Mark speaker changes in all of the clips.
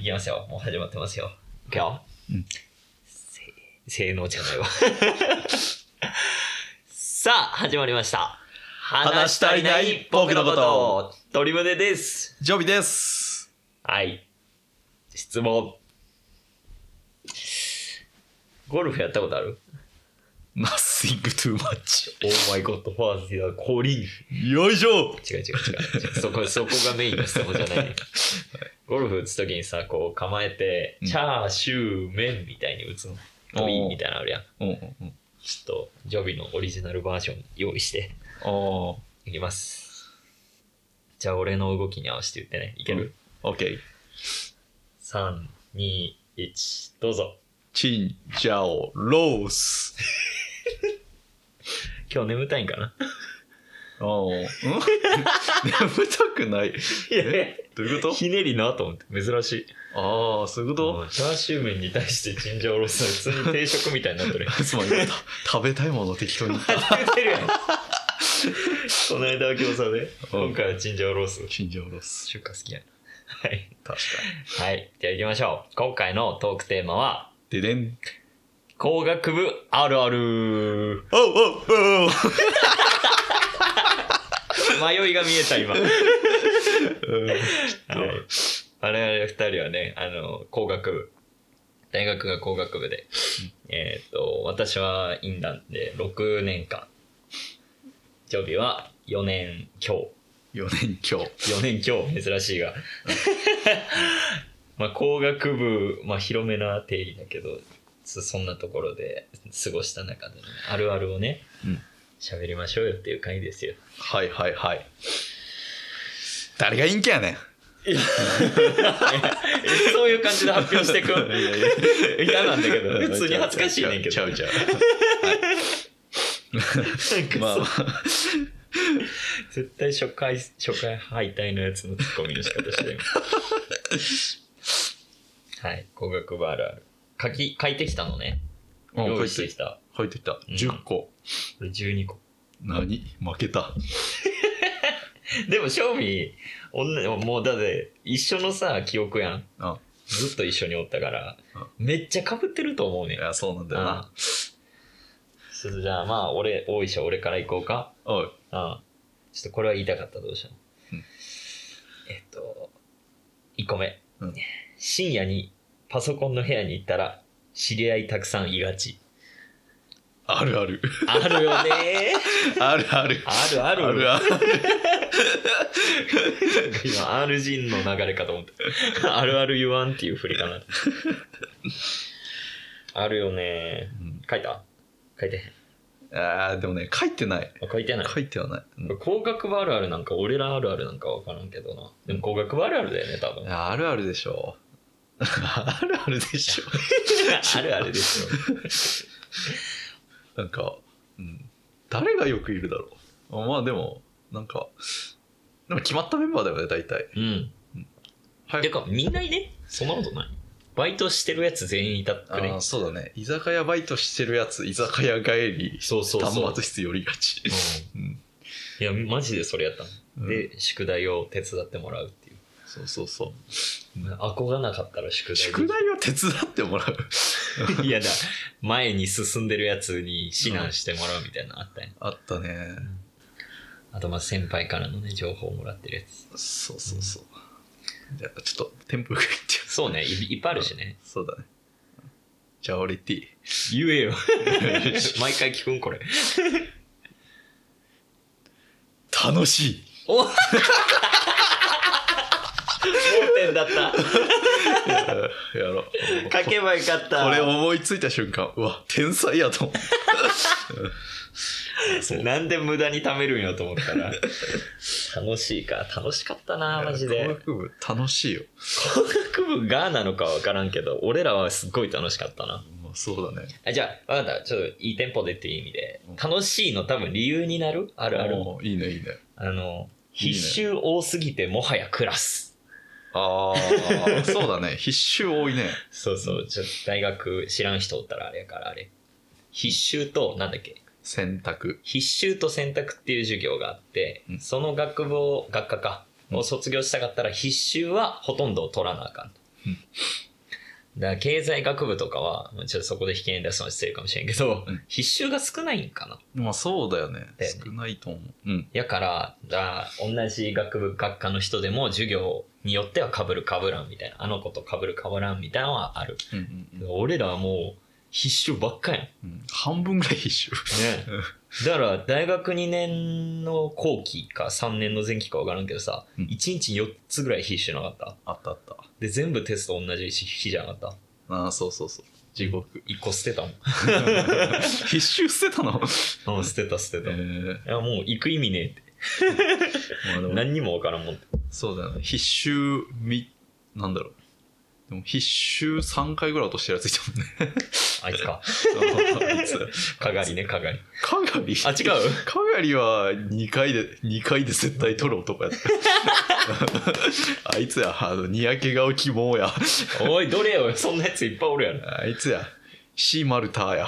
Speaker 1: いきましょう。もう始まってますよ。いくよ。
Speaker 2: うん
Speaker 1: せ性能じゃないわ。 さあ、始まりました。
Speaker 2: 話したりない僕のこと。
Speaker 1: 鳥胸です。
Speaker 2: ジョビです。
Speaker 1: はい。質問。ゴルフやったことある
Speaker 2: Nothing too much.
Speaker 1: オーマイゴッドファースティーコリン。
Speaker 2: よいしょ
Speaker 1: 違う違う違う。そこ、 そこがメインの質問じゃない。ゴルフ打つときにさ、こう構えて、
Speaker 2: うん
Speaker 1: チャーシュー麺みたいに打つの。ドインみたいなのあるやん。
Speaker 2: うんうんうん。
Speaker 1: ちょっと、ジョビのオリジナルバージョン用意して
Speaker 2: おー。
Speaker 1: いきます。じゃあ、俺の動きに合わせて言ってね。いける、
Speaker 2: OK。
Speaker 1: ?3、2、1、どうぞ。
Speaker 2: チンジャオロース。
Speaker 1: 今日眠たいんかな
Speaker 2: おー。ん眠たくない。
Speaker 1: いやい
Speaker 2: どういうこ
Speaker 1: やひねりなと思って。珍しい。
Speaker 2: とああ、そういうこ
Speaker 1: うんチャーシュー麺に対してチンジャオロースは普通に定食みたいになって る。
Speaker 2: とつまり、た食べたいものを適当に言った。
Speaker 1: 言ってるやん。この間は餃子で、今回はチンジャオロース。
Speaker 2: チンジャオロース。
Speaker 1: 中華好きやな。はい。
Speaker 2: 確かに。
Speaker 1: はい。じゃあ行きましょう。今回のトークテーマは、
Speaker 2: ででん。
Speaker 1: 工学部あるある。
Speaker 2: おうおうおう
Speaker 1: 迷いが見えた 今。
Speaker 2: うん
Speaker 1: はい我々二人はね、あの、工学部。大学が工学部で。えーっと、私はインランで6年間。ジョビは4年強。
Speaker 2: 4年今日。
Speaker 1: 4年強、珍しい が。まあ、工学部、まあ、広めな定義だけど、そそんなところで過ごした中で、ね、あるあるをね、
Speaker 2: うん
Speaker 1: 喋、りましょうよっていう回ですよ。
Speaker 2: はいはいはい。誰が陰キャやねん。
Speaker 1: そういう感じで発表してく
Speaker 2: いやい や
Speaker 1: 嫌なんだけど、普通に恥ずかしいねんけ
Speaker 2: ちゃ
Speaker 1: ど。
Speaker 2: うちゃう。
Speaker 1: なんか
Speaker 2: まあま
Speaker 1: そう
Speaker 2: あ、
Speaker 1: 絶対初回、初回敗退のやつのツッコミの仕方してる。はい、工学部あるある。書き、書いてきたのね。
Speaker 2: うん
Speaker 1: 用
Speaker 2: 入
Speaker 1: 意
Speaker 2: っ
Speaker 1: して
Speaker 2: て
Speaker 1: き
Speaker 2: きた。
Speaker 1: た。
Speaker 2: 入ってきた。
Speaker 1: うん
Speaker 2: 10個。
Speaker 1: これ12個。
Speaker 2: 何負けた。
Speaker 1: でも正味女もうだって一緒のさ記憶やん
Speaker 2: あ
Speaker 1: ずっと一緒におったから
Speaker 2: あ
Speaker 1: めっちゃかぶってると思うね
Speaker 2: い
Speaker 1: ん
Speaker 2: や、そうなんだよ
Speaker 1: あ
Speaker 2: な。
Speaker 1: ちょっとじゃあまあ俺大石は俺から行こうか
Speaker 2: おい。
Speaker 1: あちょっとこれは言いたかったどうしよう、
Speaker 2: うん
Speaker 1: えっと1個目、
Speaker 2: うん
Speaker 1: 深夜にパソコンの部屋に行ったら知り合いたくさんいがち
Speaker 2: あるある。
Speaker 1: あるよね
Speaker 2: あるある。
Speaker 1: あるある
Speaker 2: あるある。
Speaker 1: 今 R 人の流れかと思ったあるある言わんっていう振りかなあるよね
Speaker 2: うん
Speaker 1: 書いた書いてへん
Speaker 2: あーでもね、書いてない。
Speaker 1: あ書いてない
Speaker 2: 書いてはないうん。
Speaker 1: 工学部あるあるなんか俺らあるあるなんか分からんけどなでも工学部あるあるだよね多
Speaker 2: い
Speaker 1: 分
Speaker 2: やあるあるでしょ。 あるあるでしょ。
Speaker 1: あるあるですよ
Speaker 2: なんか、うん、誰がよくいるだろう。まあでも、なんか、でも決まったメンバーだよね、大体。
Speaker 1: うん
Speaker 2: はい
Speaker 1: てかみんないねそんなことないバイトしてるやつ全員いた
Speaker 2: あ
Speaker 1: くね
Speaker 2: ーそうだね。居酒屋バイトしてるやつ、居酒屋帰り、
Speaker 1: そうそうそう
Speaker 2: 端末室寄りがち。
Speaker 1: うんいやマジでそれやったの、
Speaker 2: うん
Speaker 1: で宿題を手伝ってもらうっていう
Speaker 2: そうそうそう。
Speaker 1: 憧がなかったら宿題でき
Speaker 2: 宿題を手伝ってもらう。
Speaker 1: いやだ、前に進んでるやつに指南してもらうみたいなのあったやん。
Speaker 2: あったね。
Speaker 1: あとまあ先輩からのね、情報をもらってるやつ。
Speaker 2: そうそうそう。じゃあ、ちょっとテンポよくいってよ
Speaker 1: そうね、いいっぱいあるしね。
Speaker 2: そうだね。じゃあ、俺言っていい
Speaker 1: 言えよ。 毎回聞くんこれ。
Speaker 2: 楽しい。
Speaker 1: お盲点だった。
Speaker 2: やろう。
Speaker 1: 書けばよかった。
Speaker 2: これ思いついた瞬間、うわ、天才やと思う。
Speaker 1: なんで無駄に貯めるんやと思った ら。楽しいか。楽しかったな、マジ
Speaker 2: 工
Speaker 1: で。
Speaker 2: 学部楽しいよ。
Speaker 1: 工学部がなのかわからんけど、俺らはすっごい楽しかったな。
Speaker 2: まあ、そうだね。
Speaker 1: あじゃあ、わかった。ちょっといいテンポでっていう意味で
Speaker 2: うん、
Speaker 1: 楽しいの多分理由になるあるある。
Speaker 2: おーいいね、いいね。
Speaker 1: あの、
Speaker 2: いいね
Speaker 1: 必修多すぎてもはやクラス。
Speaker 2: ああ、そうだね。必修多いね。
Speaker 1: そうそう、ちょっと大学知らん人おったらあれやからあれ。必修と、なんだっけ、
Speaker 2: 選択。
Speaker 1: 必修と選択っていう授業があって、
Speaker 2: うん
Speaker 1: その学部を、学科か、
Speaker 2: うん
Speaker 1: を卒業したかったら必修はほとんど取らなあかん。だから経済学部とかは、まあちょっとそこで引き合いに出すのは失礼かもしれんけど、
Speaker 2: うん
Speaker 1: 必修が少ないんかな。
Speaker 2: まあそうだよね
Speaker 1: だよね
Speaker 2: 少ないと思ううん
Speaker 1: やから、だ同じ学部学科の人でも授業によっては被る被らんみたいな、あの子と被る被らんみたいなのはある。
Speaker 2: うんうん
Speaker 1: 俺らはもう必修ばっかやん。ね。
Speaker 2: うんうん半分ぐらい必修
Speaker 1: だから大学2年の後期か3年の前期か分からんけどさ、
Speaker 2: うん
Speaker 1: 1日4つぐらい必修なかった。
Speaker 2: あったあった
Speaker 1: で、全部テスト同じ日じゃなかった。
Speaker 2: ああそうそうそう地獄
Speaker 1: 1個捨てたも
Speaker 2: 必修捨てたの
Speaker 1: ん。うん、捨てた捨て
Speaker 2: え
Speaker 1: た。い
Speaker 2: ー
Speaker 1: やもう行く意味ねえって。
Speaker 2: まあでも
Speaker 1: 何にも分からんもん。
Speaker 2: そうだよね必修みなんだろうでも必修3回ぐらい落としてるやついたも んね
Speaker 1: あいつ か。
Speaker 2: あいつ
Speaker 1: かがりね、かがり。
Speaker 2: かがり
Speaker 1: あ違う
Speaker 2: かがりは2回で2回で絶対取る男 やったあいつやあのにやけ顔希望や
Speaker 1: おい、どれよ。そんなやついっぱいおるやろ。
Speaker 2: あいつやシーマルターや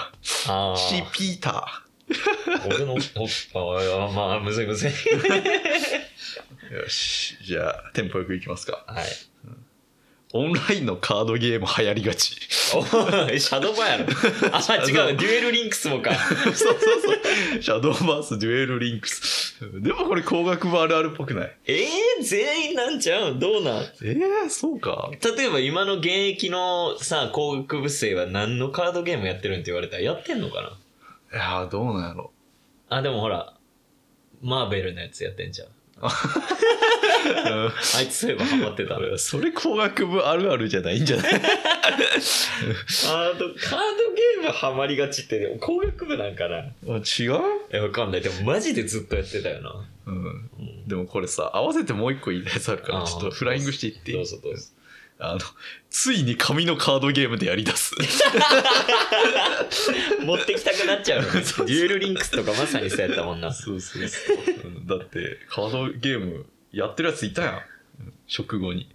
Speaker 1: ああ。
Speaker 2: シーピータ
Speaker 1: 俺の、おっぱいまあ、むずい むずい。
Speaker 2: ーよしじゃあテンポよくいきますか
Speaker 1: はい。
Speaker 2: オンラインのカードゲーム流行りがち
Speaker 1: おい、シャドーバ ーやろ。あ、
Speaker 2: ド
Speaker 1: 違う。デュエルリンクスもか。
Speaker 2: そうそうそうシャドーバースデュエルリンクスでもこれ工学部あるあるっぽくない
Speaker 1: えー、全員なんちゃうどうなん
Speaker 2: えー、そうか
Speaker 1: 例えば今の現役のさ、工学部生は何のカードゲームやってるんって言われたらやってんのかない
Speaker 2: やーどうなんやろ
Speaker 1: あ、でもほら、マーベルのやつやってんじゃん。あいつそういえばハマってた。カー
Speaker 2: うんそれ工学部あるあるじゃないんじゃない
Speaker 1: ド、カードゲームハマりがちって工学部なんかな
Speaker 2: あ違う
Speaker 1: え、わかんない。でもマジでずっとやってたよな。
Speaker 2: うん
Speaker 1: うん
Speaker 2: でもこれさ合わせてもう一個言いたいやつあるから
Speaker 1: あー
Speaker 2: ちょっとフライングしていっていい
Speaker 1: どうぞどうぞ。
Speaker 2: あのついに紙のカードゲームでやりだす
Speaker 1: 持ってきたくなっちゃう のね
Speaker 2: そうそう
Speaker 1: デュエルリンクスとかまさにそうやったもんな
Speaker 2: そうそうそううんだってカードゲームやってるやついたやんうん食後に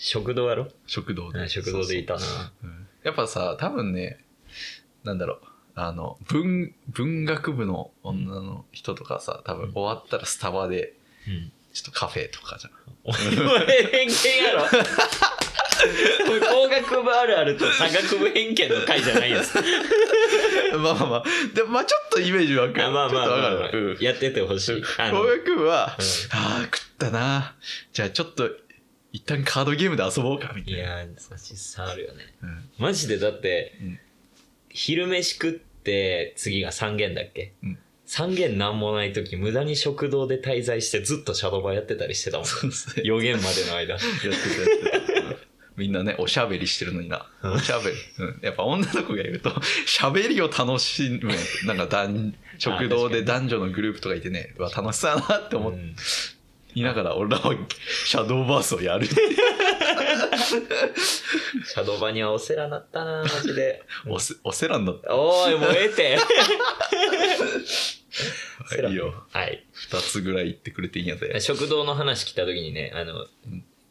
Speaker 1: 食堂やろ
Speaker 2: 食堂で
Speaker 1: 食堂でいたな
Speaker 2: そうそううんやっぱさ多分ねなんだろうあの文文学部の女の人とかさ多分終わったらスタバで
Speaker 1: うん
Speaker 2: ちょっとカフェとかじゃん
Speaker 1: お前偏見やろこれ工学部あるあると科学部偏見の回じゃないや つ
Speaker 2: まあまあまあ、でもまあちょっとイメージわかる。
Speaker 1: あまあまあ
Speaker 2: ちょっとわ
Speaker 1: ま
Speaker 2: か
Speaker 1: あ
Speaker 2: る
Speaker 1: まあ
Speaker 2: うん
Speaker 1: やっててほしいあの
Speaker 2: 工学部は、ああ、食ったな。じゃあちょっと、一旦カードゲームで遊ぼうか、みた
Speaker 1: い
Speaker 2: いな。
Speaker 1: やー実際あるよね
Speaker 2: うん
Speaker 1: マジでだって、
Speaker 2: うん
Speaker 1: 昼飯食って次が3軒だっけ、
Speaker 2: うん
Speaker 1: 三3軒なんもない時無駄に食堂で滞在してずっとシャドーバーやってたりして たもん
Speaker 2: そうですね。
Speaker 1: 4軒までの 間
Speaker 2: やってたやってたうんみんなね、おしゃべりしてるのにな。
Speaker 1: うん
Speaker 2: おしゃべり。うんやっぱ女の子がいると、 しゃべりを楽しむやつ。なんか男、食堂で男女のグループとかいてね、うわ、楽しそうだなって思
Speaker 1: うん
Speaker 2: いながら、俺らはシャドーバースをや る。
Speaker 1: シャドーバにはお世話になったなマジで
Speaker 2: おせ、おせらんだっ
Speaker 1: おいもうええ て
Speaker 2: たらいいよ。
Speaker 1: はい
Speaker 2: 二つぐらい言ってくれていいんやで。
Speaker 1: 食堂の話来た時にねあの、
Speaker 2: ん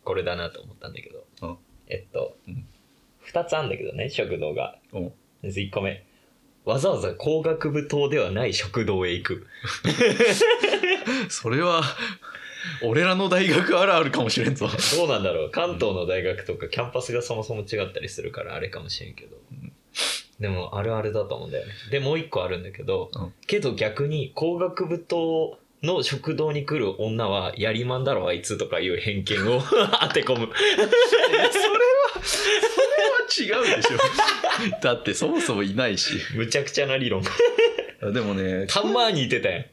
Speaker 1: これだなと思ったんだけど
Speaker 2: うん
Speaker 1: えっと、
Speaker 2: うん
Speaker 1: 二2つあるんだけどね食堂が
Speaker 2: うん
Speaker 1: まず1個目わざわざ工学部棟ではない食堂へ行く
Speaker 2: それは俺らの大学あるあるかもしれ んぞ
Speaker 1: どうなんだろう関東の大学とかキャンパスがそもそも違ったりするからあれかもしれんけど、でもあるあるだと思うんだよねでもう一個あるんだけど、
Speaker 2: うん
Speaker 1: けど逆に工学部棟の食堂に来る女はやりまんだろあいつとかいう偏見を 当て込む
Speaker 2: それは違うでしょだってそもそもいないし
Speaker 1: むちゃくちゃな理論
Speaker 2: でもね
Speaker 1: たんまーにいてたや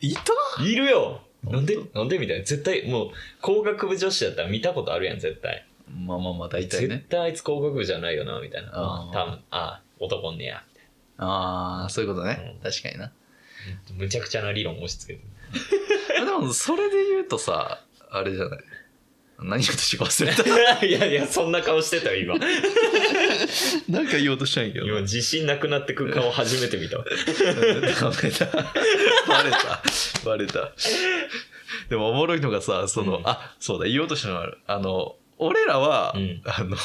Speaker 2: いた
Speaker 1: んいるよなんでなんでみたいな絶対もう工学部女子だったら見たことあるやん絶対
Speaker 2: まあまあまあ大体
Speaker 1: 絶
Speaker 2: ね
Speaker 1: 対あいつ工学部じゃないよなみたいな
Speaker 2: あー
Speaker 1: まあ多分あー男ねや
Speaker 2: ああそういうことね、
Speaker 1: うん
Speaker 2: 確かにな
Speaker 1: むちゃくちゃな理論押し付けて
Speaker 2: でもそれで言うとさあれじゃない何言おうとして忘れ た
Speaker 1: いやいや、そんな顔してたよ、今。
Speaker 2: 何か言おうとしたんやけ ど
Speaker 1: 今、自信なくなってく顔初めて見たわ。
Speaker 2: うんダメだバレたバレたでもおもろいのがさその、
Speaker 1: うん
Speaker 2: あそうだ言おうとしたのがあるあの俺らは、
Speaker 1: うん
Speaker 2: あの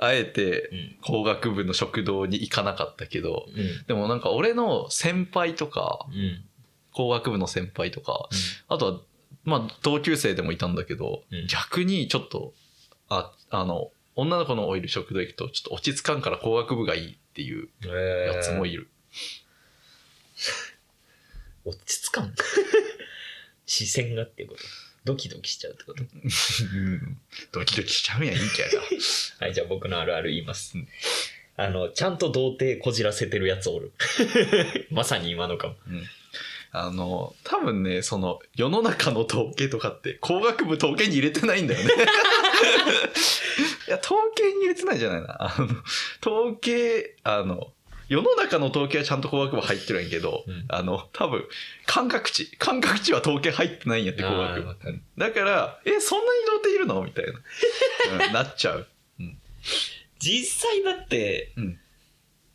Speaker 2: あえて
Speaker 1: うん。
Speaker 2: 工学部の食堂に行かなかったけど
Speaker 1: うん。
Speaker 2: でもなんか俺の先輩とか
Speaker 1: うん。
Speaker 2: 工学部の先輩とかあとはまあ同級生でもいたんだけど、
Speaker 1: うん
Speaker 2: 逆にちょっとああの女の子のいる食堂行くとちょっと落ち着かんから工学部がいいっていう
Speaker 1: え
Speaker 2: やつもいる、
Speaker 1: 落ち着かん 視線がってことドキドキしちゃうってこと
Speaker 2: うん ドキドキしちゃうんやいいキャラ
Speaker 1: はいじゃあ僕のあるある言いますあのちゃんと童貞こじらせてるやつおる まさに今のかも
Speaker 2: あの多分ねその世の中の統計とかって工学部統計に入れてないんだよね いや統計に入れてないじゃないなあの統計あの世の中の統計はちゃんと工学部入ってるんやけど、
Speaker 1: うん
Speaker 2: あの多分感覚値感覚値は統計入ってないんやって工
Speaker 1: あ
Speaker 2: 学
Speaker 1: ーわ
Speaker 2: 部
Speaker 1: かる
Speaker 2: だからえそんなに童貞いるのみたいな、うんな っちゃう、
Speaker 1: 実際だって
Speaker 2: うん、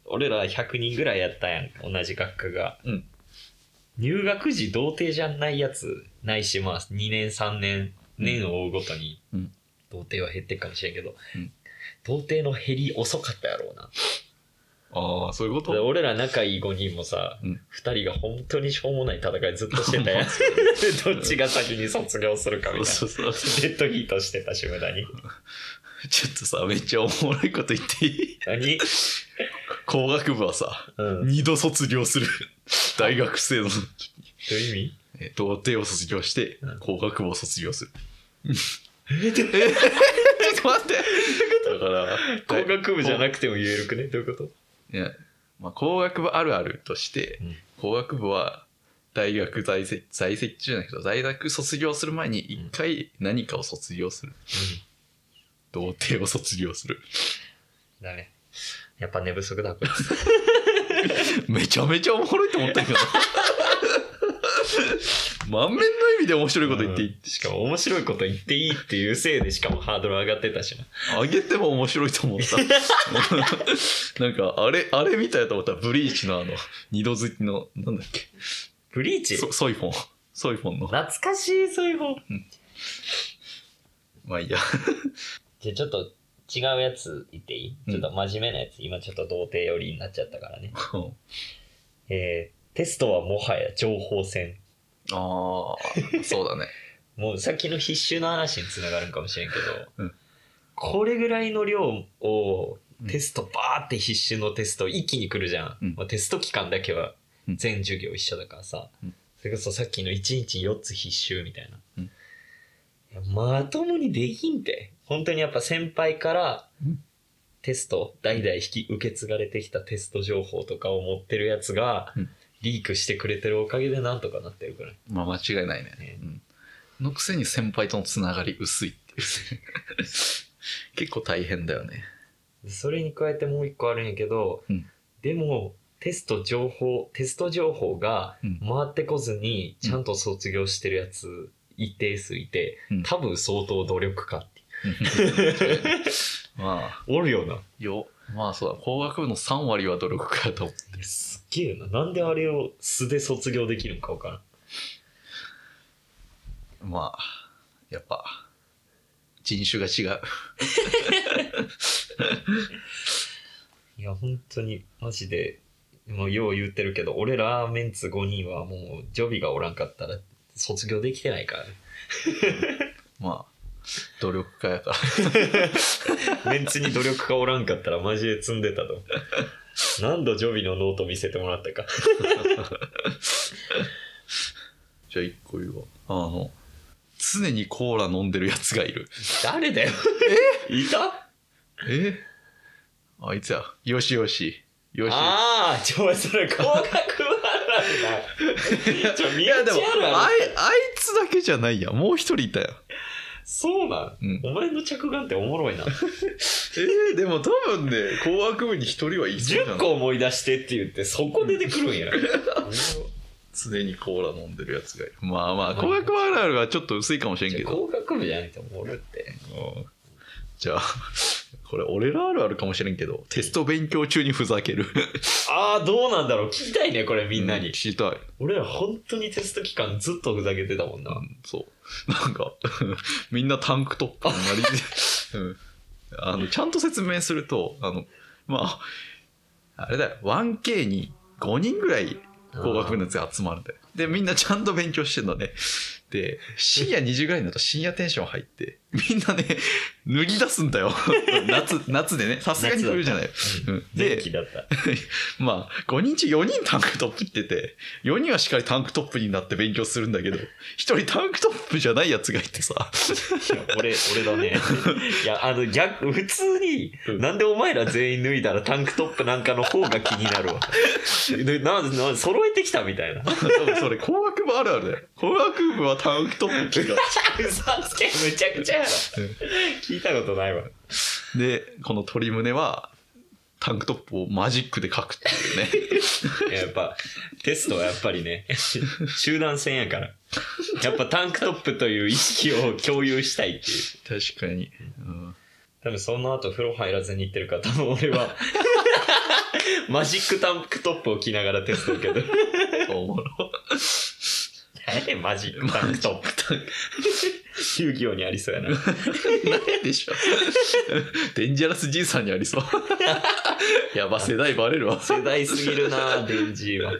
Speaker 1: 俺ら100人ぐらいやったやん同じ学科が、
Speaker 2: うん
Speaker 1: 入学時童貞じゃないやつないしまあ2年3年年を追うごとに、
Speaker 2: うん
Speaker 1: 童貞は減ってっかもしれんけど、
Speaker 2: うん
Speaker 1: 童貞の減り遅かったやろうな
Speaker 2: ああそういうこ
Speaker 1: で
Speaker 2: と
Speaker 1: 俺ら仲いい5人もさ、
Speaker 2: うん
Speaker 1: 2人が本当にしょうもない戦いずっとしてたやん どっちが先に卒業するかみたいな
Speaker 2: そうそうそう
Speaker 1: デッドヒートしてたし無駄に
Speaker 2: ちょっとさめっちゃおもろいこと言っていい
Speaker 1: 何、
Speaker 2: 工学部はさ
Speaker 1: うん、ど
Speaker 2: 二度卒業 する大学生の
Speaker 1: ういう意味
Speaker 2: えー童貞を卒業して
Speaker 1: うん
Speaker 2: 工学部を卒業するえちょっと待ってだから
Speaker 1: 工学部じゃ
Speaker 2: い
Speaker 1: なくても言えるくねどういうこと
Speaker 2: いや、まあ、工学部あるあるとして
Speaker 1: うん
Speaker 2: 工学部は大学在籍在籍中じゃないけど大学卒業する前に一回何かを卒業する、童貞を卒業する
Speaker 1: ダメ。やっぱ寝不足だ、これ。
Speaker 2: めちゃめちゃおもろいと思ったけ ど満面の意味で面白いこと言っていい
Speaker 1: しかも面白いこと言っていいっていうせいでしかもハードル上がってたしな。
Speaker 2: あげても面白いと思った。 なんか、あれ、あれみたいだと思った。ブリーチのあの、二度好きの、なんだっけ。
Speaker 1: ブリーチ
Speaker 2: ソソイフォン。ソイフォンの。
Speaker 1: 懐かしい、そういう本。
Speaker 2: まあいいや。
Speaker 1: じゃあちょっと違うやつ言っていい、
Speaker 2: うん
Speaker 1: ちょっと真面目なやつ。今ちょっと童貞寄りになっちゃったからね。
Speaker 2: うん
Speaker 1: えー、テストはもはや情報戦。
Speaker 2: ああ、そうだね。
Speaker 1: もうさっきの必修の話につながるんかもしれんけど、
Speaker 2: うん
Speaker 1: これぐらいの量をテストバーって必修のテスト一気に来るじゃん、
Speaker 2: うん
Speaker 1: まあ、テスト期間だけは
Speaker 2: うん
Speaker 1: 全授業一緒だからさ、
Speaker 2: うん
Speaker 1: それこそさっきの1日4つ必修みたいな、
Speaker 2: うん
Speaker 1: いやまともにできんて本当にやっぱ先輩から
Speaker 2: うん
Speaker 1: テスト代々引き受け継がれてきたテスト情報とかを持ってるやつが
Speaker 2: うん
Speaker 1: リークしてくれてるおかげでなんとかなってるくらい
Speaker 2: まあ間違いないね。うん。のくせに先輩とのつながり薄いっていう。結構大変だよね。
Speaker 1: それに加えてもう一個あるんやけど、
Speaker 2: うん
Speaker 1: でもテスト情報テスト情報が
Speaker 2: うん
Speaker 1: 回ってこずにちゃんと卒業してるやつ一定数いて、
Speaker 2: うん
Speaker 1: 多分相当努力家って
Speaker 2: まあ、
Speaker 1: おるよな
Speaker 2: よ、まあそうだ。工学部の3割は努力家だと思う。
Speaker 1: すっげえななんであれを素で卒業できるんか分からん
Speaker 2: まあ、やっぱ、人種が違う。
Speaker 1: いや本当にマジでもうよう言ってるけど俺らメンツ5人はもうジョビがおらんかったら卒業できてないからね
Speaker 2: まあ、努力家やから。
Speaker 1: メンツに努力家おらんかったらマジで積んでた と。何度ジョビのノート見せてもらったか。
Speaker 2: じゃあ一個言うわ。あの、常にコーラ飲んでるやつがいる。
Speaker 1: 誰だよ。えいた
Speaker 2: えあいつや。よしよし。よし。
Speaker 1: ああ、ちょ、それ高額ある あるだ。ちょ、
Speaker 2: い
Speaker 1: 宮
Speaker 2: や
Speaker 1: 内
Speaker 2: でも
Speaker 1: ある
Speaker 2: あ
Speaker 1: あ
Speaker 2: い
Speaker 1: る。、
Speaker 2: あいつだけじゃないや。もう一人いたやん。
Speaker 1: そうなん、
Speaker 2: うん
Speaker 1: お前の着眼っておもろい な。
Speaker 2: えー、でも多分ね、工学部に一人はいそうじゃ
Speaker 1: 10
Speaker 2: ん。
Speaker 1: 個思い出してって言って、そこ出てくるん や。
Speaker 2: 常にコーラ飲んでるやつがいる。まあまあ、工学部あるあるはちょっと薄いかもしれんけど。
Speaker 1: 高額部じゃないとおもろいって。
Speaker 2: うんじゃあ、これ俺らあるあるかもしれんけど、テスト勉強中にふざける。
Speaker 1: ああ、どうなんだろう。聞きたいね、これみんなに。
Speaker 2: 聞きたい。
Speaker 1: 俺ら本当にテスト期間ずっとふざけてたもんな。
Speaker 2: うんそう。 なんか、みんなタンクトップになり、 うんあの、ちゃんと説明すると、あの、まあ、あれだよ、1K に5人ぐらい工学部のやつが集まるんだよ。で、みんなちゃんと勉強してんのね。って、深夜2時ぐらいになると深夜テンション入って、みんなね、 脱ぎ出すんだよ。 夏、夏でね、さすがに冬じゃない。うん
Speaker 1: 元
Speaker 2: で
Speaker 1: 気だった。
Speaker 2: まあ、5人中4人タンクトップって言ってて、4人はしっかりタンクトップになって勉強するんだけど、1人タンクトップじゃないやつがいてさ、
Speaker 1: いや俺、俺だ ね。いや、あの、逆、普通に、なんでお前ら全員脱いだらタンクトップなんかの方が気になるわ。でなぜ、なぜ、揃えてきたみたいな。
Speaker 2: 多分 それ工学部あるあるだよ。工学部はタンクトップ着る
Speaker 1: 嘘つけ、むちゃくちゃやろ。聞いたことないわ。
Speaker 2: で、この鳥胸は、タンクトップをマジックで書くっていうね。
Speaker 1: やっぱ、テストはやっぱりね、集団戦やから。やっぱタンクトップという意識を共有したいっていう。
Speaker 2: 確かに。うん
Speaker 1: 多分その後風呂入らずに行ってるから、多分俺 は、マジックタンクトップを着ながらテスト受けてる。
Speaker 2: おもろ。
Speaker 1: えマジタンクトップ。遊戯王にありそうやな。
Speaker 2: ないでしょ。デンジャラスじいさんにありそう。 やば、世代バレるわ。
Speaker 1: 世代すぎるなデンジーは。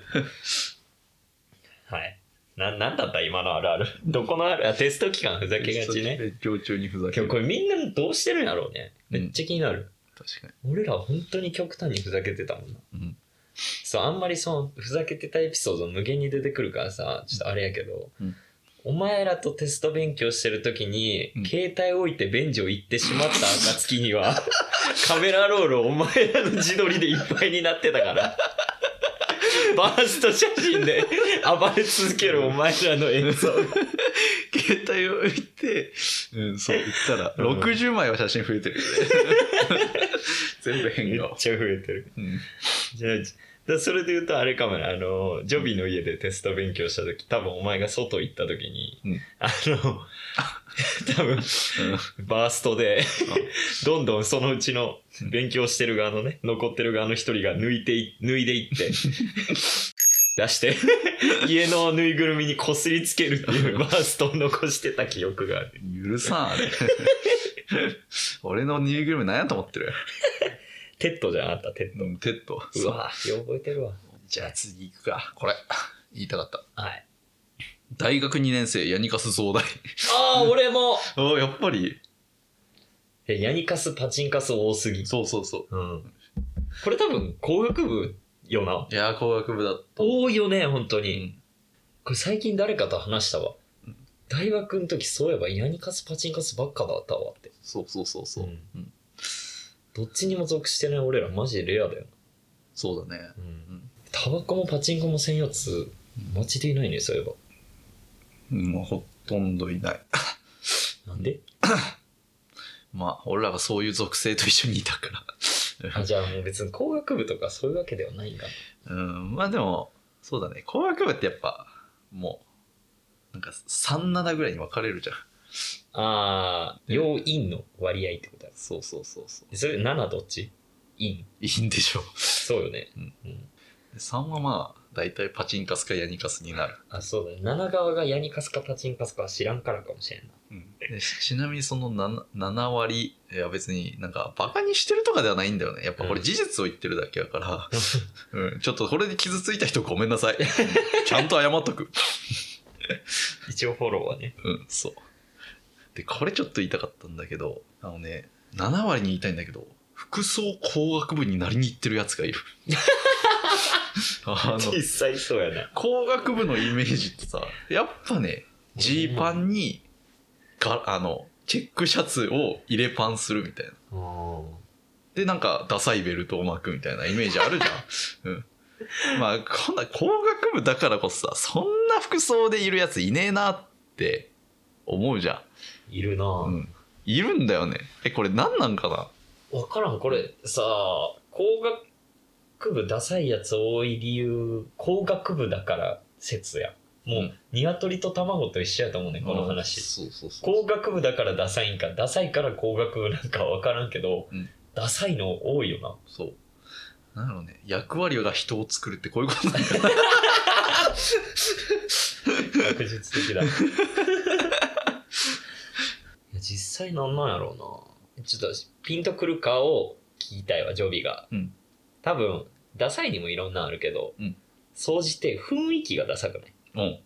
Speaker 1: はい。な、なんだった今のあるある。どこのあるあ、テスト期間ふざけがちね。
Speaker 2: 勉強中にふざけ
Speaker 1: 今日
Speaker 2: る。
Speaker 1: これみんなどうしてるんやろうね。めっちゃ気になる。
Speaker 2: 確かに。
Speaker 1: 俺ら本当に極端にふざけてたもんな。
Speaker 2: うん
Speaker 1: そう、あんまりその、ふざけてたエピソード無限に出てくるからさ、ちょっとあれやけど、
Speaker 2: うん
Speaker 1: お前らとテスト勉強してる時に、
Speaker 2: うん
Speaker 1: 携帯置いて便所行ってしまった暁には、 カメラロールお前らの自撮りでいっぱいになってたから。バースト写真で暴れ続けるお前らの映像
Speaker 2: 携帯を置いて、うん、そう言ったら、
Speaker 1: うん
Speaker 2: 60枚は写真増えて るよね。全部変
Speaker 1: めっ
Speaker 2: 顔。
Speaker 1: ちゃ増えてる。
Speaker 2: うん
Speaker 1: じゃあじゃあそれで言うとあれかもねあのジョビの家でテスト勉強した時多分お前が外行った時に、
Speaker 2: うん
Speaker 1: あの 多分バーストで どんどんそのうちの勉強してる側のね残ってる側の一人が抜いてい脱いでい って出して 家のぬいぐるみにこすりつけるっていうバーストを残してた記憶がある
Speaker 2: うん許さん、あれ。俺のニューグルメ何やと思ってる
Speaker 1: テッドじゃなかったテッ
Speaker 2: うんテッド。
Speaker 1: ドうわよう覚えてるわ
Speaker 2: じゃあ次行くか。これ。言いたかった。
Speaker 1: はい
Speaker 2: 大学2年生、ヤニカス総大。
Speaker 1: ああ俺も
Speaker 2: ああ、やっぱり。
Speaker 1: えヤニカスパチンカス多すぎ
Speaker 2: そうそうそ
Speaker 1: うんこれ多分工学部よな。
Speaker 2: う。いやー、工学部だった。
Speaker 1: 多いよね、本当に。
Speaker 2: うん
Speaker 1: これ最近誰かと話したわ。大学の時そういえばヤニカスパチンカスばっかだったわって。
Speaker 2: そうそうそうそう。
Speaker 1: うん
Speaker 2: うん
Speaker 1: どっちにも属してない俺らマジレアだよ。
Speaker 2: そうだね。
Speaker 1: うんタバコもパチンコも専用つマジでいないね、そういえば。
Speaker 2: うん、ほとんどいない。
Speaker 1: なんで
Speaker 2: まあ、俺らがそういう属性と一緒にいたか
Speaker 1: あ、じゃあもう別に工学部とかそういうわけではないんだ。
Speaker 2: ら。うん、まあでも、そうだね。工学部ってやっぱ、もう、なんか3、7ぐらいに分かれるじゃん。
Speaker 1: あー、要因の割合ってことだ。
Speaker 2: そうそうそうそう。
Speaker 1: それ7どっち因。
Speaker 2: いいんでしょう。
Speaker 1: そうよね。
Speaker 2: うん
Speaker 1: うん
Speaker 2: 3はまあ、大体パチンカスかヤニカスになる。
Speaker 1: あ、そうだね。7側がヤニカスかパチンカスかは知らんからかもしれんな。
Speaker 2: でしちなみにその 7, 7割いや別になんかバカにしてるとかではないんだよねやっぱこれ事実を言ってるだけや から、うん、ちょっとこれで傷ついた人ごめんな さいちゃんと謝っとく
Speaker 1: 一応フォローはね。
Speaker 2: うんそうでこれちょっと言いたかったんだけどあのね7割に言いたいんだけど服装工学部になりに行ってるやつがいるあの
Speaker 1: 実際そうやな。
Speaker 2: 工学部のイメージってさやっぱねジーパンにがあのチェックシャツを入れパンするみたいなで、なんか、ダサいベルトを巻くみたいなイメージあるじゃん。うん。まあ、こんな工学部だからこそさ、そんな服装でいるやついねえなって思うじゃ
Speaker 1: いるな、
Speaker 2: ん。う
Speaker 1: ぁ
Speaker 2: ん。いるんだよね。え、これ何なんかな
Speaker 1: わからん、これさあ、工学部ダサいやつ多い理由、工学部だから説や。もう、
Speaker 2: うん
Speaker 1: 鶏と卵と一緒やと思うね、この話。
Speaker 2: そうそうそ
Speaker 1: 工
Speaker 2: う。
Speaker 1: 学部だからダサいんか、ダサいから工学部なんかわからんけど、
Speaker 2: うん
Speaker 1: ダサいの多いよな。
Speaker 2: そう。なんだろうね。役割が人を作るってこういうこと なんだよね。
Speaker 1: 学術的だいや実際なんなんやろうなちょっとピンとくるかを聞きたいわジョビが、
Speaker 2: うん
Speaker 1: 多分ダサいにもいろんなのあるけど
Speaker 2: うん
Speaker 1: 総じて雰囲気がダサくない
Speaker 2: うん。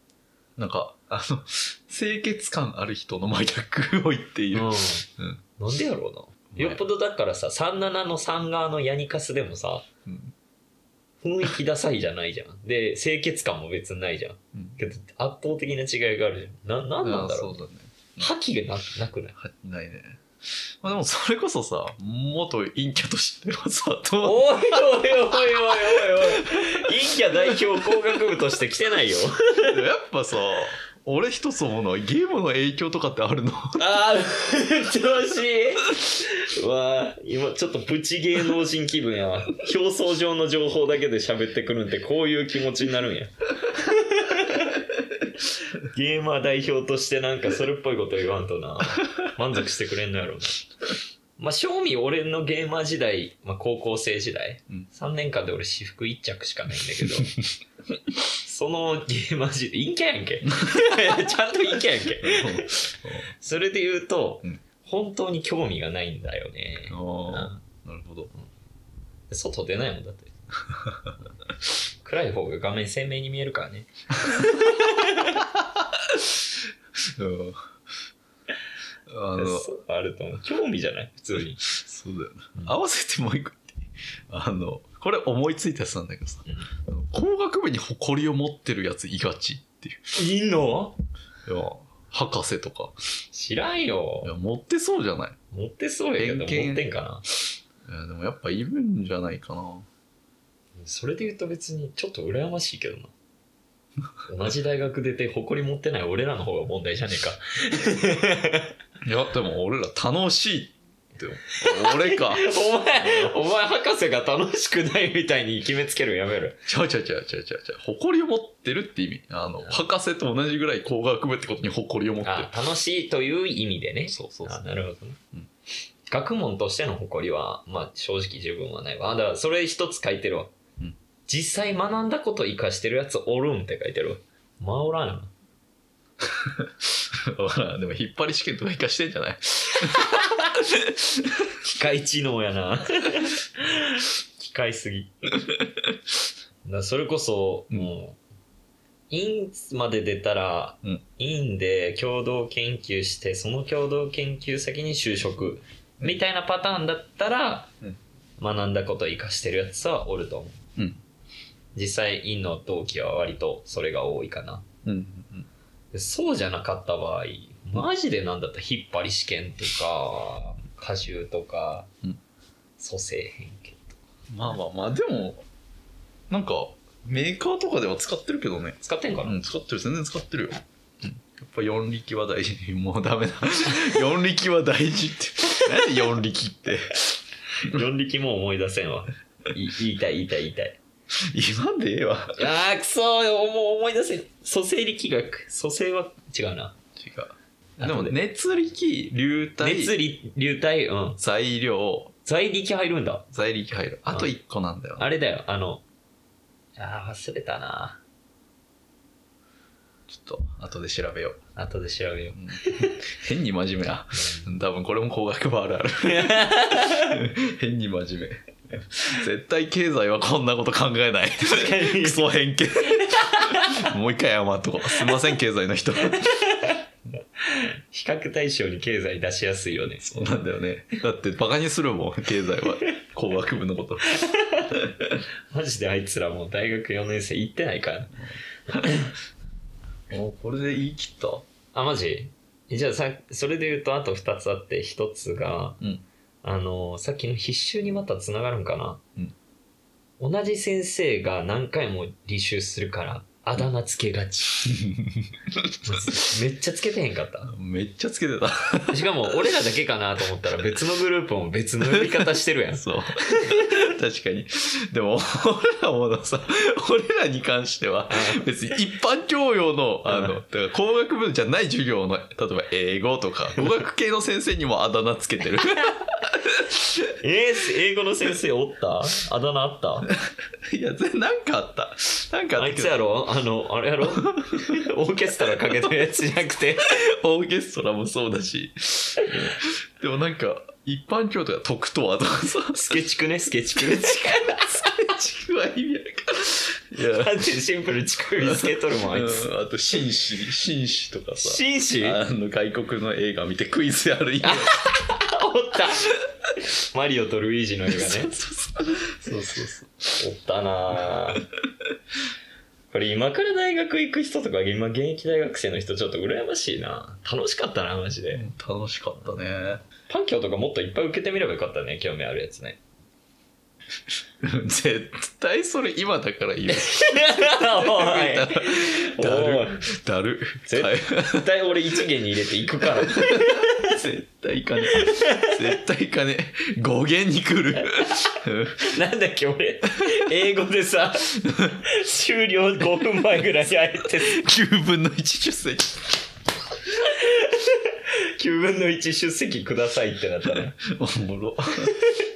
Speaker 2: なんか、あの、清潔感ある人の真逆を言っている。うん
Speaker 1: なんでやろうな。よっぽどだからさ、37の3側のヤニカスでもさ、
Speaker 2: うん
Speaker 1: 雰囲気ダサいじゃないじゃん。で、清潔感も別にないじゃん。
Speaker 2: うん
Speaker 1: けど圧倒的な違いがあるじゃん。な、なんなんだろ
Speaker 2: あ
Speaker 1: う。
Speaker 2: ーそうだね。
Speaker 1: 覇気がななくない
Speaker 2: はないね。まあでもそれこそさ、元陰キャとしてはさ、
Speaker 1: おいお
Speaker 2: どう
Speaker 1: いおいおいおいおいおい。陰キャ代表工学部として来てないよ。
Speaker 2: やっぱさ、俺一つ思うのはゲームの影響とか ってあ るの
Speaker 1: あー、 調子いい。わあ、今ちょっとプチ芸能人気分やわ。表層上の情報だけで喋ってくるんってこういう気持ちになるんや。 ゲーマー代表としてなんかそれっぽいこと言わんとな。満足してくれんのやろうな。まあ、正味俺のゲーマー時代、まあ、高校生時代、
Speaker 2: うん
Speaker 1: 3年間で俺私服1着しかないんだ けど、そのゲーマー時代、陰キャやんけ。 ちゃんと陰キャやんけ。それで言うと、
Speaker 2: うん
Speaker 1: 本当に興味がないんだよね。う
Speaker 2: あ
Speaker 1: ん
Speaker 2: あ、なるほど。
Speaker 1: 外出ないもんだって。う ん暗い方が画面鮮明に見えるからね。
Speaker 2: うんあの、
Speaker 1: そうあると思う。興味じゃない普通に。
Speaker 2: そうだよな。
Speaker 1: うん
Speaker 2: 合わせてもう一個言ってあの、これ思いついたやつなんだけどさ
Speaker 1: うん、
Speaker 2: あの工学部に誇りを持ってるやついがちっていう。
Speaker 1: いいの
Speaker 2: いや博士とか。
Speaker 1: 知らん
Speaker 2: いや、
Speaker 1: よ。
Speaker 2: 持ってそうじゃない
Speaker 1: 持ってそうやけど、持っ
Speaker 2: 偏見
Speaker 1: てんかな。
Speaker 2: いやでもやっぱいるんじゃないかな。
Speaker 1: それで言うと別にちょっと羨ましいけどな。同じ大学出て誇り持ってない俺らの方が問題じゃねえか。
Speaker 2: いや、でも俺ら楽しいって思う。俺か。
Speaker 1: お前、お前博士が楽しくないみたいに決めつけるのやめろ。
Speaker 2: ちゃうちゃうちゃうちゃうちゃうちゃう。誇りを持ってるって意味。あの、博士と同じぐらい工学部ってことに誇りを持って
Speaker 1: あ楽しいという意味でね
Speaker 2: る。。そうそうそ
Speaker 1: あ
Speaker 2: う。
Speaker 1: なるほどね、
Speaker 2: うん
Speaker 1: 学問としての誇りは、まあ、正直自分はないわあだからそれ一つ書いてるわ、
Speaker 2: うん
Speaker 1: 実際学んだこと生かしてるやつおるんって書いてるわまあおらんよな
Speaker 2: わからんでも引っ張り試験とか生かしてんじゃない
Speaker 1: 機械知能やな機械すぎだからそれこそ、
Speaker 2: うん
Speaker 1: もう院まで出たら、
Speaker 2: うん
Speaker 1: 院で共同研究してその共同研究先に就職みたいなパターンだったら、
Speaker 2: うん
Speaker 1: 学んだことを生かしてるやつはおると思う
Speaker 2: うん。
Speaker 1: 実際院の同期は割とそれが多いかな
Speaker 2: うんうん。
Speaker 1: でそうじゃなかった場合マジでなんだったら引っ張り試験とか過重とか、
Speaker 2: うん
Speaker 1: 蘇生偏見
Speaker 2: まあまあまあ、でも、なんか、メーカーとかでは使ってるけどね。
Speaker 1: 使ってんかな、
Speaker 2: うん、使ってる、全然使ってるよ。うんやっぱ四力は大事。 もうダメだ。四力は大事って。 なんで四力って。
Speaker 1: 4力も思い出せんわい言いたい言いたい言いたい
Speaker 2: 今でええわ。
Speaker 1: あーくそーもう思い出せん蘇生力学蘇生は違うな
Speaker 2: 違う。でも、熱力、流体、
Speaker 1: 熱力流体うん
Speaker 2: 材料、
Speaker 1: 在力入るんだ
Speaker 2: 材力入る。あと一個なんだよな。
Speaker 1: あれだよあのあー忘れたな
Speaker 2: ちょっと、後で調べよう。
Speaker 1: 後で調べよう
Speaker 2: うん変に真面目な。多分これも工学部ある ある。変に真面目。絶対経済はこんなこと考えない。
Speaker 1: 確かに
Speaker 2: クソ偏見。もう一回謝っとこう。すいません、経済の人。
Speaker 1: 比較対象に経済出しやすいよね。
Speaker 2: そうなんだよね。だって、バカにするもん、経済は。工学部のこと。
Speaker 1: マジであいつらもう大学4年生行ってないから。
Speaker 2: もうこれで言い切った。
Speaker 1: あ、マジじゃあさ、それで言うとあと2つあって、1つが、
Speaker 2: うん
Speaker 1: あの、さっきの必修にまたつながるんかな。
Speaker 2: うん
Speaker 1: 同じ先生が何回も履修するから、あだ名つけがち。めっちゃつけてへんかった。
Speaker 2: めっちゃつけてた。
Speaker 1: しかも俺らだけかなと思ったら別のグループも別の呼び方してるやん。
Speaker 2: そう。 確かに。でも、俺らもさ、俺らに関しては、別に一般教養の、あの、だから工学部じゃない授業の、例えば英語とか、語学系の先生にもあだ名つけてる。
Speaker 1: えー英語の先生おったあだ名あった
Speaker 2: いや、ぜなんかあった。なんかあ
Speaker 1: あ
Speaker 2: っ
Speaker 1: い
Speaker 2: たけ
Speaker 1: つ
Speaker 2: ど、
Speaker 1: やろあの、あれやろ オーケストラかけてるやつじゃなくて。
Speaker 2: オーケストラもそうだし、でもなんか、一般教養とか、 特とはとかさ、
Speaker 1: スケチクね、スケチク。
Speaker 2: スケチクは意味あるか。や
Speaker 1: マジでシンプル乳首見つけとるもんあいつ
Speaker 2: うんあと紳士紳士とかさ
Speaker 1: 紳士おっ
Speaker 2: あの外国の映画見てクイズやる今
Speaker 1: たマリオとルイージの映画ね
Speaker 2: そうそうそ
Speaker 1: お
Speaker 2: う
Speaker 1: ったなぁこれ今から大学行く人とか今現役大学生の人ちょっと羨ましいな楽しかったなマジで
Speaker 2: 楽しかったね
Speaker 1: パン教とかもっといっぱい受けてみればよかったね興味あるやつね
Speaker 2: 絶対それ今だから言う
Speaker 1: お
Speaker 2: だ
Speaker 1: いおい
Speaker 2: るだる
Speaker 1: 絶対絶対俺一元に入れていくから
Speaker 2: 絶対行かねえ絶対行かねえ語源に来る
Speaker 1: なんだっけ俺英語でさ終了5分前ぐらいにあえて
Speaker 2: 9分の1出席
Speaker 1: 9分の1出席くださいってなったら
Speaker 2: おもろ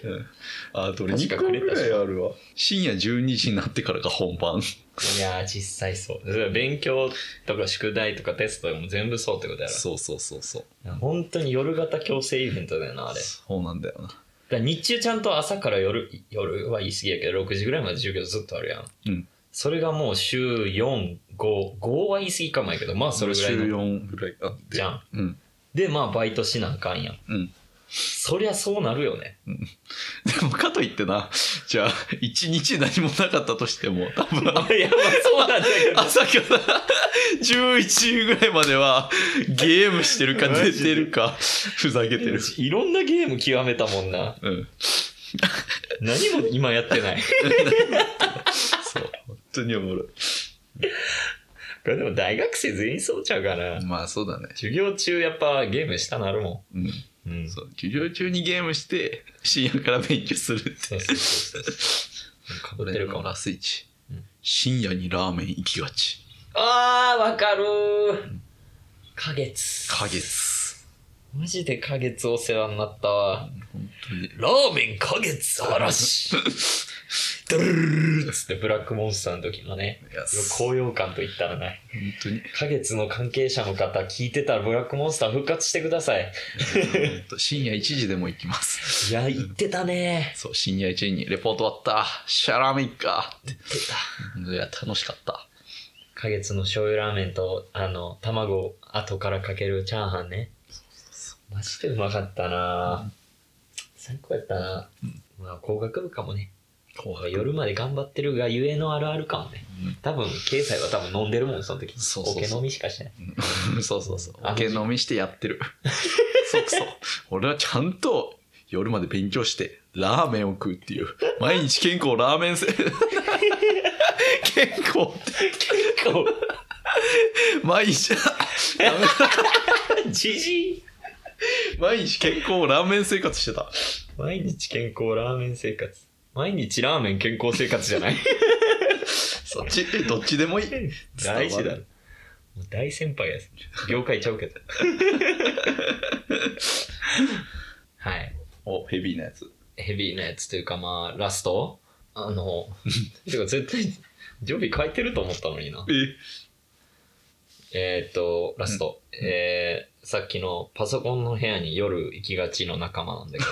Speaker 2: うんあどれ
Speaker 1: 確
Speaker 2: 2
Speaker 1: か
Speaker 2: 個
Speaker 1: くれ
Speaker 2: ぐ
Speaker 1: たし
Speaker 2: らいあるわ深夜12時になってからが本 番
Speaker 1: いやー実際そう勉強とか宿題とかテストも全部そうってことやろ
Speaker 2: そうそうそうそう
Speaker 1: 本当に夜型強制イベントだよなあれだか
Speaker 2: そうなんだよな
Speaker 1: ら日中ちゃんと朝から夜夜は言い過ぎやけど6時ぐらいまで授業ずっとあるやん
Speaker 2: うん
Speaker 1: それがもう週455は言い過ぎかもやけどまあそれぐらい
Speaker 2: 週
Speaker 1: の
Speaker 2: 4ぐらいあって
Speaker 1: じゃん
Speaker 2: うん
Speaker 1: でまあバイトしなあかんやん
Speaker 2: うん
Speaker 1: そりゃそうなるよね
Speaker 2: でもかといってなじゃあ1日何もなかったとしても多分
Speaker 1: あやばそうなんだ けど
Speaker 2: 朝から11時ぐらいまではゲームしてるか
Speaker 1: マ
Speaker 2: 寝
Speaker 1: ジで
Speaker 2: てるかふざけてる
Speaker 1: いろんなゲーム極めたもんな
Speaker 2: うん
Speaker 1: 何も今やってない
Speaker 2: そう本当におもろい
Speaker 1: これでも大学生全員そうちゃうかな
Speaker 2: まあそうだね
Speaker 1: 授業中やっぱゲームしたなるも
Speaker 2: うん
Speaker 1: んうん
Speaker 2: そう授業中にゲームして深夜から勉強するって
Speaker 1: そうそうそうそうかぶってるかも
Speaker 2: ラスイチ、
Speaker 1: うん
Speaker 2: 深夜にラーメン行きがち
Speaker 1: あーわかるー花月
Speaker 2: か月
Speaker 1: マジで花月お世話になったわ
Speaker 2: 本当に
Speaker 1: ラーメン花月 嵐ドゥルルルルルっつってブラックモンスターの時のね
Speaker 2: いや
Speaker 1: 高揚感といったらない
Speaker 2: 本当に
Speaker 1: 花月の関係者の方聞いてたらブラックモンスター復活してください
Speaker 2: 本当深夜1時でも行きます
Speaker 1: いや言ってたね
Speaker 2: そう深夜1時にレポート終わったシャラーメン行くかっ
Speaker 1: 言
Speaker 2: て
Speaker 1: ってた
Speaker 2: いや楽しかった
Speaker 1: 花月の醤油ラーメンとあの卵を後からかけるチャーハンねマジでうまかったな、最高やったな、まあ工学部かもね
Speaker 2: 後
Speaker 1: 夜まで頑張ってるがゆえのあるあるかもね多分経済は多分飲んでるもんその時
Speaker 2: そうそうそう
Speaker 1: おけ飲みしかしてない
Speaker 2: うん そうそうそう。
Speaker 1: あの
Speaker 2: お酒飲みしてやっ てる。そうそう。俺はちゃんと夜まで勉強して、ラーメンを食うっていう。毎日健康ラーメ ンせ、健康って、
Speaker 1: 結構
Speaker 2: 毎日、
Speaker 1: じじい
Speaker 2: 毎日健康ラーメン生活してた。
Speaker 1: 毎日健康ラーメン生活毎日ラーメン健康生活じゃない
Speaker 2: そっち、どっちでもいい。
Speaker 1: 大事
Speaker 2: 伝
Speaker 1: だろ
Speaker 2: わる
Speaker 1: もう大先輩やす業界ちゃうけどはい
Speaker 2: お、ヘビーなやつ。
Speaker 1: ヘビーなやつというかまあラストあ のてか絶対常備書いてると思ったのになえ
Speaker 2: え、
Speaker 1: ーっとラスト、えーさっきのパソコンの部屋に夜行きがちの仲間なんだけど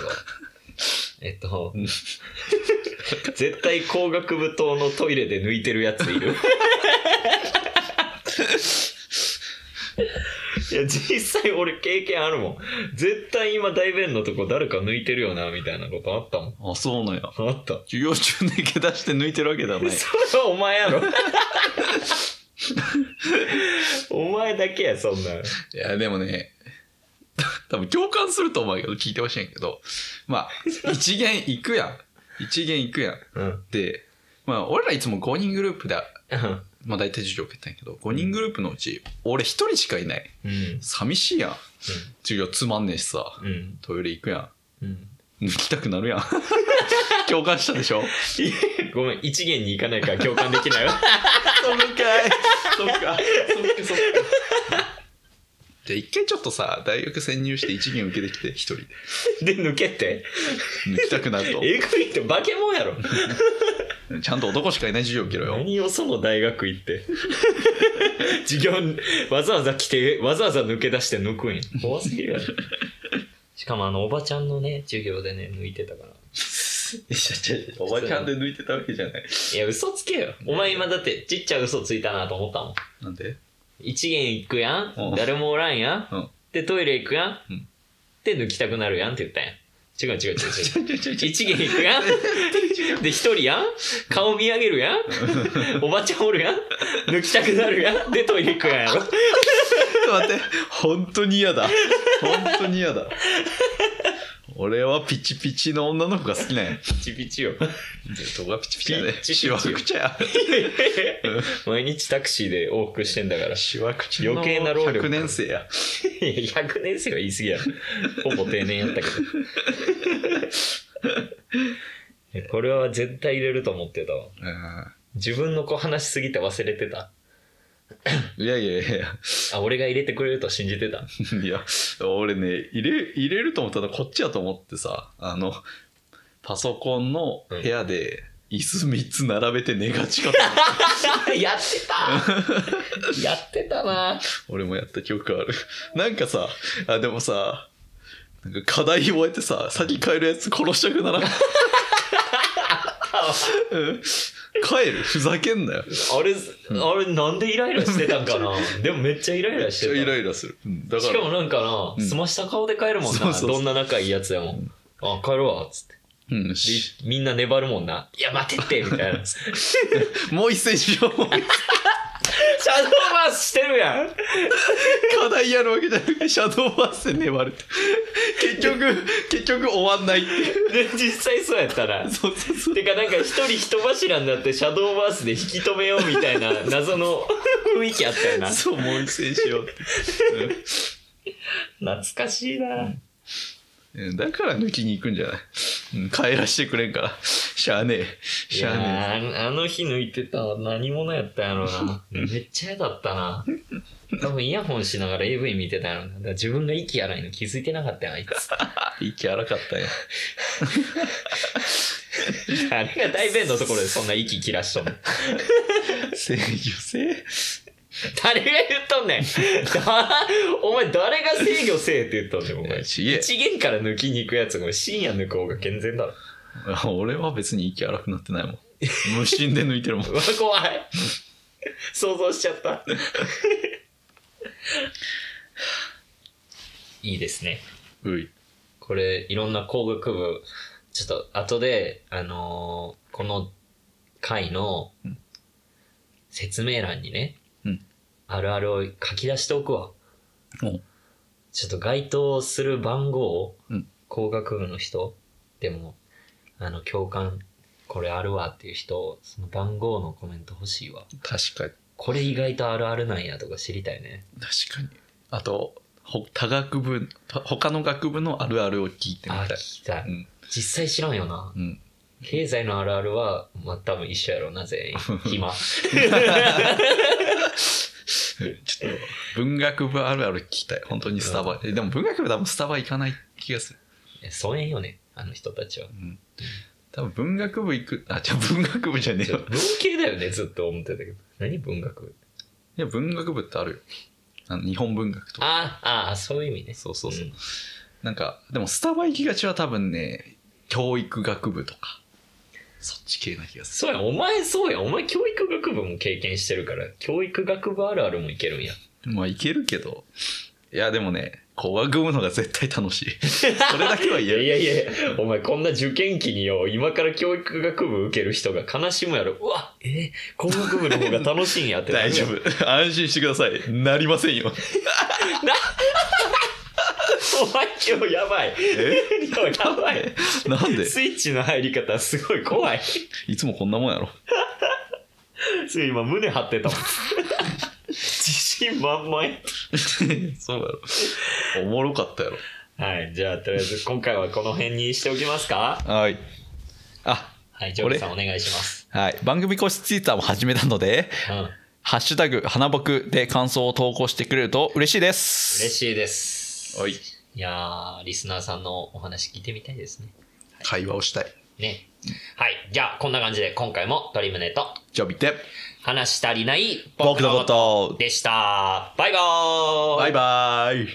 Speaker 1: えっと
Speaker 2: う ん
Speaker 1: 絶対工学部棟のトイレで抜いてるやついる いや実際俺経験あるもん絶対今大便のとこ誰か抜いてるよなみたいなことあったもん
Speaker 2: あ、そうなんや。
Speaker 1: あった
Speaker 2: 授業中抜け出して抜いてるわけではない。
Speaker 1: それはお前やろお前だけやそんなん
Speaker 2: いや、でもね、 多分共感すると思うけど、聞いてほしいんやけど、ま あ、一元行くやん。一元行くやん。
Speaker 1: うん
Speaker 2: で、まあ、俺らいつも5人グループで、
Speaker 1: うん
Speaker 2: まあ大体授業受けたんやけど、5人グループのうち、俺1人しかいない。
Speaker 1: うん
Speaker 2: 寂しいやん。授業つまんねえしさ。
Speaker 1: うん
Speaker 2: トイレ行くや
Speaker 1: うん
Speaker 2: ん。抜きたくなるやん。 共感したでしょ
Speaker 1: ごめん一元に行かないから共感できないわ
Speaker 2: そのかい。そっか。そっかそっか。じゃあ一回ちょっとさ、大学潜入して一元受けてきて、一人で。
Speaker 1: で抜けって
Speaker 2: 抜きたくなると。
Speaker 1: えぐいって化け物やろ
Speaker 2: ちゃんと男しかいない授業受けろよ。
Speaker 1: 何をその大学行って授業わざわざ来てわざわざ抜け出して抜くんや怖すぎるやろしかもあのおばちゃんのね授業でね抜いてたから
Speaker 2: いや違う違う おばちゃんで抜いてたわけじゃない。
Speaker 1: いや、嘘つけよ。お前今だってちっちゃい嘘ついたなと思ったもん。
Speaker 2: なんで
Speaker 1: 一元行くやん
Speaker 2: うん。
Speaker 1: 誰もおらんや
Speaker 2: うん
Speaker 1: ん。で、トイレ行くやん
Speaker 2: うん。
Speaker 1: で、抜きたくなるやんって言ったやん。違う違う違う 違う。
Speaker 2: ちょちょちょちょ
Speaker 1: 一元行く やん。で、一人やん。顔見上げるやん。おばちゃんおるやん。抜きたくなるやん。で、トイレ行くやんやろ。
Speaker 2: ちょっと待って本当に嫌だ本当に嫌だ俺はピチピチの女の子が好きなんや
Speaker 1: ピチピチよ。
Speaker 2: 動画ピチピチやね
Speaker 1: ピチピチ
Speaker 2: しわくちゃ
Speaker 1: 毎日タクシーで往復してんだから
Speaker 2: や。しわくちゃの
Speaker 1: 余計な労力
Speaker 2: 100年生や
Speaker 1: いや100年生は言い過ぎやろほぼ定年やった けどえこれは絶対入れると思ってたわ自分の子話しすぎて忘れてた
Speaker 2: うんいやいやいや
Speaker 1: あ俺が入れてくれると信じてた
Speaker 2: いや俺ね入れ入れると思ったらこっちやと思ってさあのパソコンの部屋で椅子3つ並べて寝がちかと思った、
Speaker 1: やってた やってたな
Speaker 2: 俺もやった記憶ある なんかさあでもさなんか課題覚えてさ先帰るやつ殺したくならんうん帰るふざけんなよ
Speaker 1: あれあれなんでイライラしてたんかなでもめっちゃイライラしてた
Speaker 2: イライラする、うんだか
Speaker 1: し
Speaker 2: ら
Speaker 1: かもなんかな、
Speaker 2: うん
Speaker 1: 済ました顔で帰るもんな
Speaker 2: そうそうそう
Speaker 1: どんな仲いいやつでも、あ帰るわっつって
Speaker 2: うん、し
Speaker 1: でみんな粘るもんないや待てってみたいな
Speaker 2: もう一戦しよう
Speaker 1: シャドーバースしてるやん
Speaker 2: 課題やるわけじゃなくてシャドーバースで粘るって結局結局終わんないっていう
Speaker 1: で実際そうやったら
Speaker 2: そうそうそう
Speaker 1: てかなんか一人一柱になってシャドーバースで引き止めようみたいな謎の雰囲気あったよな
Speaker 2: そうもう一戦しようって
Speaker 1: 懐かしいな、
Speaker 2: うんだから抜きに行くんじゃない、うん、帰らしてくれんからしゃあねえ
Speaker 1: い
Speaker 2: し
Speaker 1: や
Speaker 2: ゃあねえ
Speaker 1: ーあの日抜いてたの何者やったんやろう なめっちゃ嫌だったな多分イヤホンしながら AV 見てたんやろうなだから自分が息荒いの気づいてなかったよあいつ
Speaker 2: 息荒かったんや
Speaker 1: あれが大便のところでそんな息切らしとん の
Speaker 2: 制御性
Speaker 1: 誰が言っとんねん だお前誰が制御せえって言っとんねんお前
Speaker 2: ちげえ
Speaker 1: 一元から抜きに行くやつも深夜抜く方が健全だろ
Speaker 2: 俺は別に息荒くなってないもん無心で抜いてるもん
Speaker 1: うわ怖い想像しちゃったいいですね
Speaker 2: うい
Speaker 1: これいろんな工学部ちょっと後であのーこの回の
Speaker 2: うん
Speaker 1: 説明欄にね、
Speaker 2: うん
Speaker 1: あるあるを書き出しておくわ
Speaker 2: うん
Speaker 1: ちょっと該当する番号を
Speaker 2: うん
Speaker 1: 工学部の人でもあの共感これあるわっていう人その番号のコメント欲しいわ
Speaker 2: 確かに
Speaker 1: これ意外とあるあるなんやとか知りたいね
Speaker 2: 確かにあとほ他学部他他の学部のあるあるを聞いてみ
Speaker 1: あ
Speaker 2: たい
Speaker 1: 聞きたい、
Speaker 2: うん
Speaker 1: 実際知らんよな
Speaker 2: うん、
Speaker 1: 経済のあるあるは、まあ、多分一緒やろうな全員 暇
Speaker 2: ちょっと文学部あるある聞きたい本当にスタバ、えでも文学部多分スタバ行かない気がする、
Speaker 1: え疎遠よねあの人たちは
Speaker 2: うん、多分文学部行くあじゃあ文学部じゃねえ
Speaker 1: ちょ
Speaker 2: よ
Speaker 1: 文系だよねずっと思ってたけど何文学部
Speaker 2: いや文学部ってあるよあの日本文学とか
Speaker 1: あああそういう意味ね
Speaker 2: そうそうそう、
Speaker 1: ん
Speaker 2: なんかでもスタバ行きがちは多分ね教育学部とかそっち系な気がする
Speaker 1: そうやお前そうやお前教育学部も経験してるから教育学部あるあるもいけるんや
Speaker 2: まあいけるけどいやでもね工学部の方が絶対楽し いそれだけはい言え
Speaker 1: や
Speaker 2: る
Speaker 1: いやいやお前こんな受験期によ今から教育学部受ける人が悲しむやろうわえ工学部の方が楽しいんやってなる
Speaker 2: 大
Speaker 1: やん
Speaker 2: 丈夫安心してくださいなりません よ
Speaker 1: お前今日やばい
Speaker 2: え
Speaker 1: 今日やばい
Speaker 2: なんで
Speaker 1: スイッチの入り方すごい怖 い
Speaker 2: いつもこんなもんやろ
Speaker 1: つい今胸張ってたもん自信満々や
Speaker 2: そうやろおもろかったやろ
Speaker 1: はいじゃあとりあえず今回はこの辺にしておきますか
Speaker 2: はいあ
Speaker 1: はいジョージさんお願いします
Speaker 2: はい番組公式ツイッターも始めたので
Speaker 1: うん
Speaker 2: 「ハッシュタグ花僕」で感想を投稿してくれると嬉しいです
Speaker 1: 嬉しいです
Speaker 2: はい
Speaker 1: いやーリスナーさんのお話聞いてみたいですね
Speaker 2: 会話をしたい
Speaker 1: ねはいじゃあこんな感じで今回も鳥胸と
Speaker 2: じゃあ見て
Speaker 1: 話し足りない
Speaker 2: 僕のこと
Speaker 1: でしたバイバーイ
Speaker 2: バイバイ
Speaker 1: うん